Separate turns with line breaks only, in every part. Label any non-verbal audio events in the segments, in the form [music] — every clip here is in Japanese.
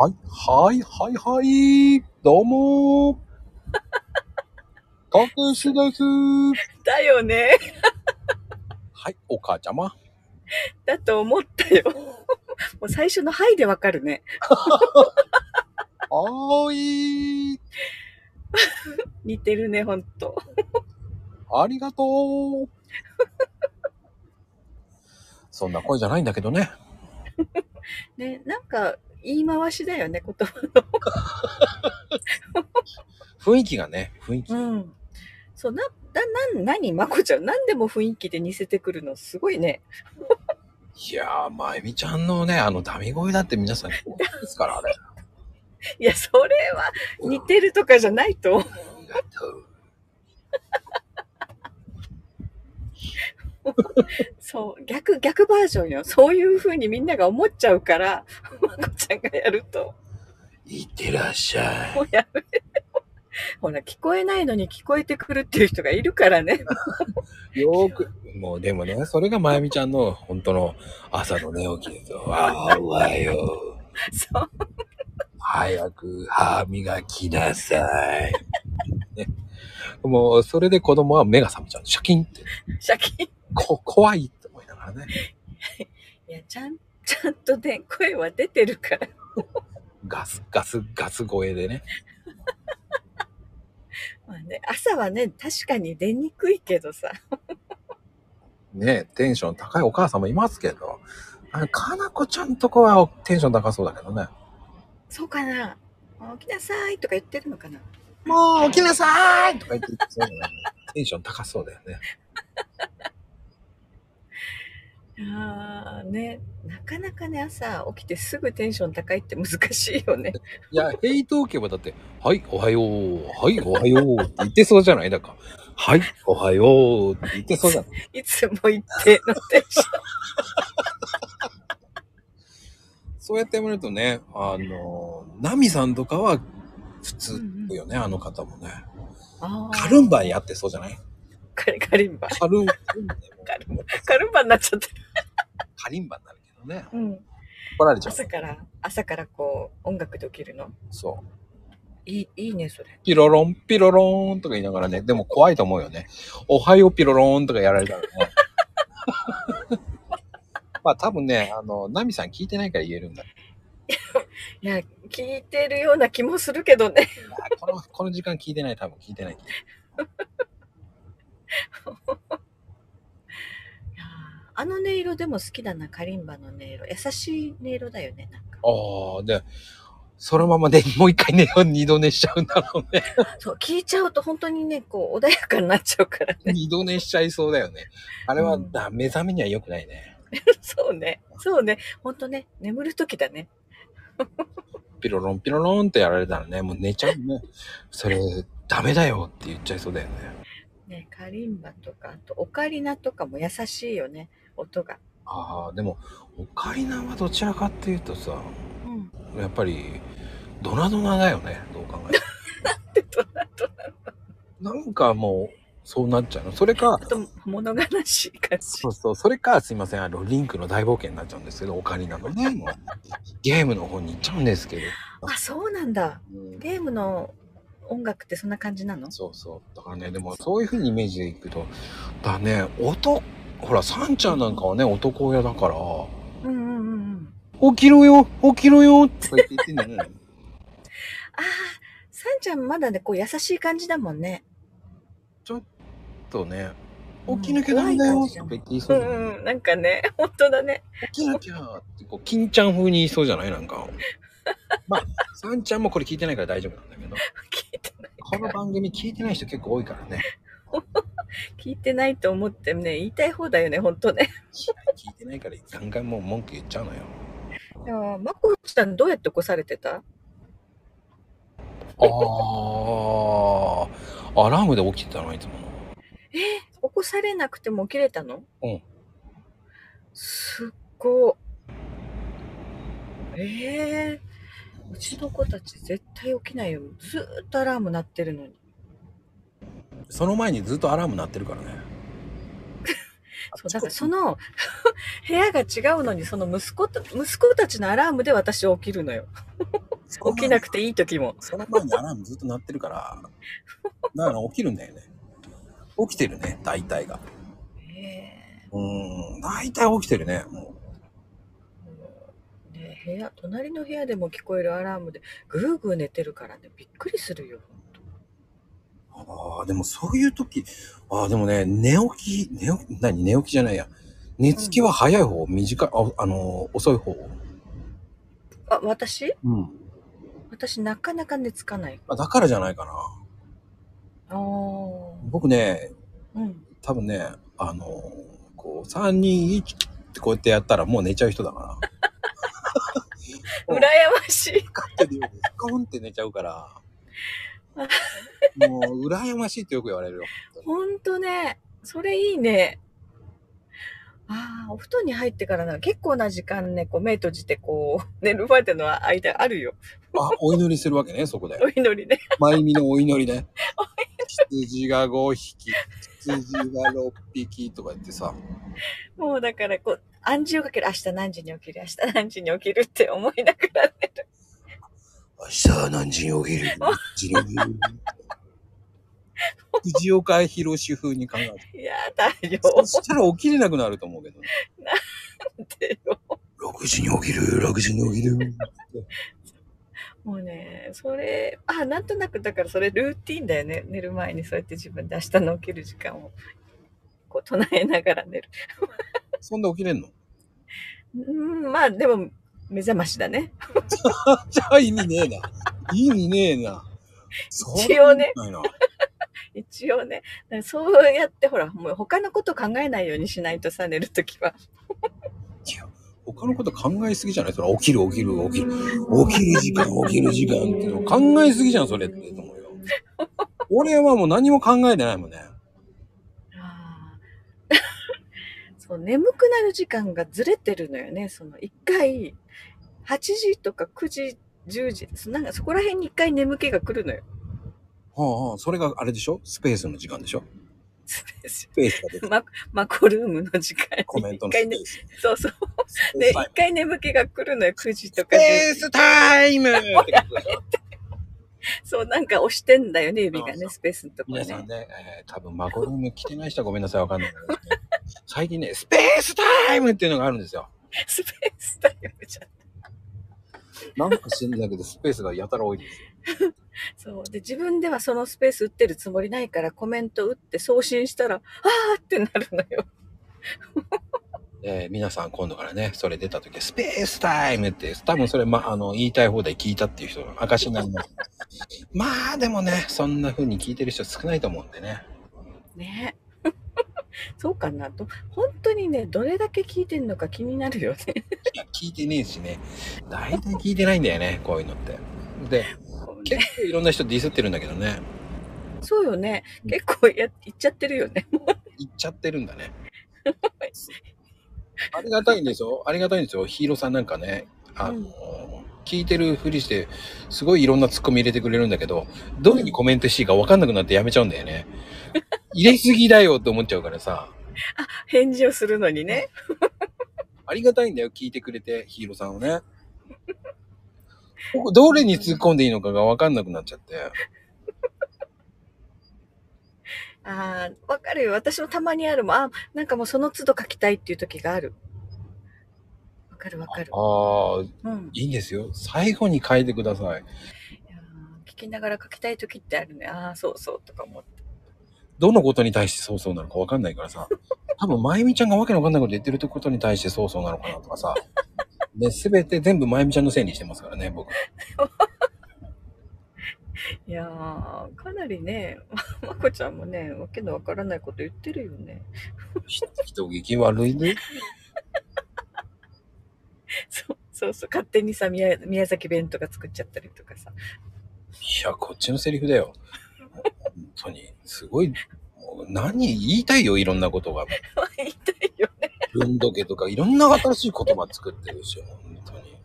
はい、はい、はい、はい。どうもー。 [laughs] たけしです。
だよね。 [laughs]
はい、お母ちゃま。
だと思ったよ。 [laughs] もう最初のはいでわかるね。
はーい。
似てるね、ほんと。
ありがと [laughs] う。そんな声じゃないんだけどね。
ね、なんか言い回しだよね、言葉。
雰囲気がね、雰囲気。
うん。そう、な、だ、な、なに、まこちゃん、何でも雰囲気で似せてくるの、すごいね。
いやー、まゆみちゃんのね、あの、ダミ声だって皆さん、ですから、 [laughs] あれ。
いや、それは似てるとかじゃないと思う。
ありがとう。
そう、逆、逆バージョンよ。そういう風にみんなが思っちゃうから、まこちゃんがやると、
いってらっしゃい。
もうやめて。ほら、聞こえないのに聞こえてくるっていう人がいるからね。
よーく。もうでもね、それがまゆみちゃんの本当の朝の寝起きですよ。わーわーよー。
そう。
早く歯磨きなさい。 [laughs] ね、もう、それで子供は目が覚めちゃう。シャキンって。
シャキン
こ、怖いって思いながらね。
いや、ちゃん、 [laughs] ちゃんとね、声は出てるから。 [laughs]
ガス、ガス、ガス声でね。
まあね、朝はね、確かに出にくいけどさ。
ねテンション高いお母さんもいますけど。あかなこちゃんとこはテンション高そうだけどね。
そうかな起きなさいとか言ってるのかな
もう起きなさーいとか言ってそうだよねテンション高そうだよね。
あーね、なかなかね、朝起きてすぐテンション高いって難しいよね。 [laughs]
いや、ヘイトーケはだって、はい、おはよう、はい、おはようって言ってそうじゃないだから。はい、おはようって言ってそうじゃない
いつも言ってのテンション。
そうやってもらうとね、あの、ナミさんとかは普通よね、あの方もね。
あー
カルンバやってそうじゃない
カリカリンバ。
カルン、
[laughs] カルンカルンバになっちゃってる。
カリンバになるけどね。
うん。
怒られちゃう。
朝から、朝からこう、音楽で起きるの。
そう。
いい、いいね、それ。
ピロロン、ピロロンとか言いながらね、でも怖いと思うよね。おはようピロロンとかやられたらね。 [laughs] まあ多分ね、あの、ナミさん聞いてないから言えるんだけ
いや、聞いてるような気もするけどね。
ど、あこの、この時間聞いてない、多分聞いてない。
いやーあの音色でも好きだな、カリンバの音色。優しい音色だよね、なんか。
ああ、で、そのままでもう一回ね、二度寝しちゃうんだろうね。
そう、聞いちゃうと本当にね、こう、穏やかになっちゃうから [laughs] ね。
[laughs] 二度寝しちゃいそうだよね。あれは、
うん
だ目覚めには良くないね。
そうね。そうね。本当ね、眠る時だね。
ピロロンピロロンってやられたらね、もう寝ちゃうね。それ、ダメだよって言っちゃいそうだよね。
ね、カリンバとか、あと、オカリナとかも優しいよね、音が。
ああ、でも、オカリナはどちらかっていうとさ、
うん。
やっぱり、ドナドナだよね、どう考えても。
で、となとな。
なんかもう、 [laughs] そうなっちゃうの。それか
[laughs] あ、と、物悲しい感じ
そ。うそう、それか、すいません、あの、リンクの大冒険になっちゃうんですけど、オカリナのね、もう、ゲームの方に行っちゃうんですけど。
あ、そうなんだ。
うん
ゲームの音楽ってそんな感じなの
そうそう。だからね、でもそういう風にイメージでいくと、だね、男、ほら、サンちゃんなんかはね、男親だから、
うんうんうんうん。
起きろよ起きろよとか言って言ってんだよね。
ああ、サンちゃんまだね、こう、優しい感じだもんね。
とね、起きなきゃダメだよとか言って言いそううだよね
んうん、なんかね、本当だね。 [laughs]
起きなきゃって、こう、金ちゃん風に言いそうじゃないなんか。まあ、サンちゃんもこれ聞いてないから大丈夫なんだけど、
聞いてない。
この番組聞いてない人結構多いからね。
聞いてないと思ってね、言いたい方だよね、本当ね。
聞いてないからガンガンもう文句言っちゃうのよ。
いやーまこちゃんどうやって起こされてた
ああ、アラームで起きてたの、いつもの。
起こされなくても起きれたの
うん。
すっごい。ええうちの子たち絶対起きないよ。ずーっとアラーム鳴ってるのに。
その前にずっとアラーム鳴ってるからね。
[laughs] そうだからその [laughs] 部屋が違うのにその息子と息子たちのアラームで私起きるのよ起きなくていい時も
その前にアラームずっと鳴ってる
[laughs]
から、だから起きるんだよね。起きてるね、大体が。
ね
うーん、大体起きてるね。も
え部屋隣の部屋でも聞こえるアラームでぐーぐー寝てるからねびっくりするよ
うああ、でもそういう時、ああ、でもね、寝起き、寝起き、何、寝起きじゃないや。寝つきは早い方、短い、ああのー、遅い方。
あ私
うん。
私なかなか寝つかない
まあだからじゃないかな。
あー
僕ね、
うん
多分ね、あのー、こう、3、2、1ってこうやってやったらもう寝ちゃう人だから。
羨ましい
光ってるようにスコンって寝ちゃうから。もう、羨ましいってよく言われるよ。
ほんとねそれいいねああお布団に入ってからな結構な時間ねこう目閉じてこう寝るまでの間あるよ
あ、お祈りするわけね、そこで。
お祈りね
まゆみのお祈りね。羊が5匹、羊が6匹とか言ってさ。
もうだからこう暗示をかける明日何時に起きる明日何時に起きるって思いながら寝る
明日は何時に起きる何時に起きる藤岡弘風に考えて。
いやだよ
そしたら起きれなくなると思うけどね。
ってよ
6時に起きる、6時に起きる。
もうねそれあなんとなくだからそれルーティンだよね寝る前にそうやって自分で明日の起きる時間をこう唱えながら寝る
そんな起きれんの
うんまあでも目覚ましだね
じゃあ意味ねえな。意味ねえな。
一応ね
そんなのないな。
一応ねだからそうやってほらもう他のこと考えないようにしないとさ寝るときは
他のこと考えすぎじゃないそれ起きる起きる起きる。起きる時間起きる時間っていうの考えすぎじゃんそれってと思うよ。俺はもう何も考えてないもんね。
あー [laughs] そう眠くなる時間がずれてるのよねその1回8時とか9時10時そなんかそこら辺に1回眠気が来るのよ。
はあはあ、それがあれでしょスペースの時間でしょスペースが
[laughs]
出て
ママコルームの時間に
コメントの
一
スペ
回、ね
ー、ス。
そうそう
スペ
で
ースタイ
一回眠気が来るのよ9時と
ム
か10
スペー
時
スタイムってことでしょ
そうなんか押してんだよね指が
そうそ
ねスペースのとこ
皆
ね
さんね、えー多分マコルーム来てない人はごめんなさい、わかんないけど、ね、最近ね、スペースタイムっていうのがあるんですよ。
スペースタイムじゃん
なんか知んないけど、スペースがやたら多いです。
そうで自分ではそのスペース打ってるつもりないからコメント打って送信したらあーってなるのよ
えー皆さん今度からね、それ出た時、スペースタイムって、多分それ、ま、あの、言いたい放題聞いたっていう人の証になります。 [laughs] まあ、でもね、そんな風に聞いてる人少ないと思うんでね。
ね [laughs] そうかなと本当にねどれだけ聞いてんのか気になるよね
いや、聞いてねえしね。大体聞いてないんだよね、こういうのって。で、結構いろんな人ディスってるんだけどね、
そうよね結構や言っちゃってるよね
言っちゃってるんだ
[laughs]
ね。ありがたいんですよ。ありがたいんですよ。ヒーローさんなんかね、あの、
うん
聞いてるふりして、すごいいろんなツッコミ入れてくれるんだけど、どれにコメントしていいか分かんなくなってやめちゃうんだよ
[laughs]
ね。入れすぎだよって思っちゃうからさ、
返事をするのにね
ありがたいんだよ、聞いてくれて、ヒーローさんをね。僕どれに突っ込んでいいのかが分かんなくなっちゃって。
あーわかるよ私もたまにあるもんあなんかもうその都度書きたいっていう時があるわかるわかる
ああ、
うん
いいんですよ。最後に書いてください。
いやー聞きながら書きたい時ってあるねああそうそうとか思って
どのことに対してそうそうなのか分かんないからさ、多分、まゆみちゃんがわけのわかんないこと言ってることに対してそうそうなのかなとかさ、で、すべて全部まゆみちゃんのせいにしてますからね、僕。
いやーかなりね [laughs] まこちゃんもねわけのわからないこと言ってるよね [laughs]
人聞き悪いね。
そうそうそう勝手にさ宮宮崎弁とか作っちゃったりとかさ [laughs]
いや、こっちのセリフだよ。本当に、すごい、もう何言いたいよ、いろんなことが。
言いたいよね
文土家とか、いろんな新しい言葉作ってるし、本当に。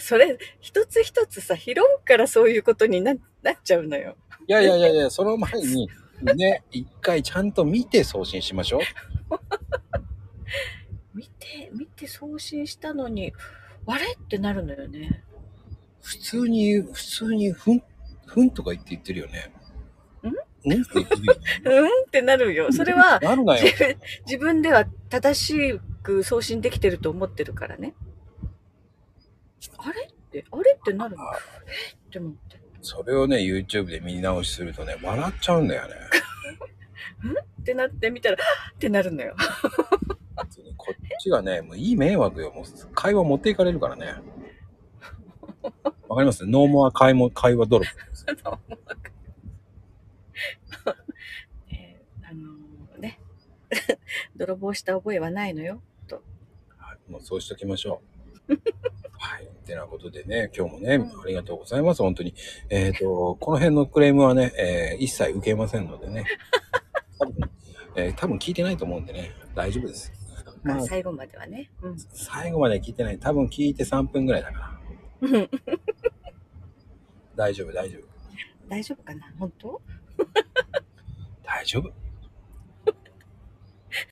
それ一つ一つさ拾うからそういうことにななっちゃうのよ
いやいやいやいや、その前に、ね、一回ちゃんと見て送信しましょう。
見て、見て送信したのに、あれってなるのよね。
普通に言う、普通に、ふん、ふんとか言って言ってるよね。んうんって言ってるよね。
うんってなるよ。 [laughs] それは、
なるなよ
自。分自分では正しく送信できてると思ってるからね。あれって、あれってなるの
あ
えって思って。
それをね、YouTube で見直しするとね、笑っちゃうんだよ
[laughs]
ね。
ってなってみたら、はっってなるのよ。
普通にこっちがね、もういい迷惑よ。もう会話持っていかれるからね。わかりますノーモア会も会話泥棒です。
えーあのーね。 [laughs] 泥棒した覚えはないのよ。
はい、もうそうしときましょう。はい。てなことでね、今日もね、ありがとうございます。本当に。えっ、と、この辺のクレームはね、えー一切受けませんのでね。多分、えー多分聞いてないと思うんでね、大丈夫です。まあ、
最後まではね。うん
最後まで聞いてない。多分聞いて3分ぐらいだから。
[laughs] うん。
大丈夫、大丈夫。
大丈夫かな本当
大丈夫。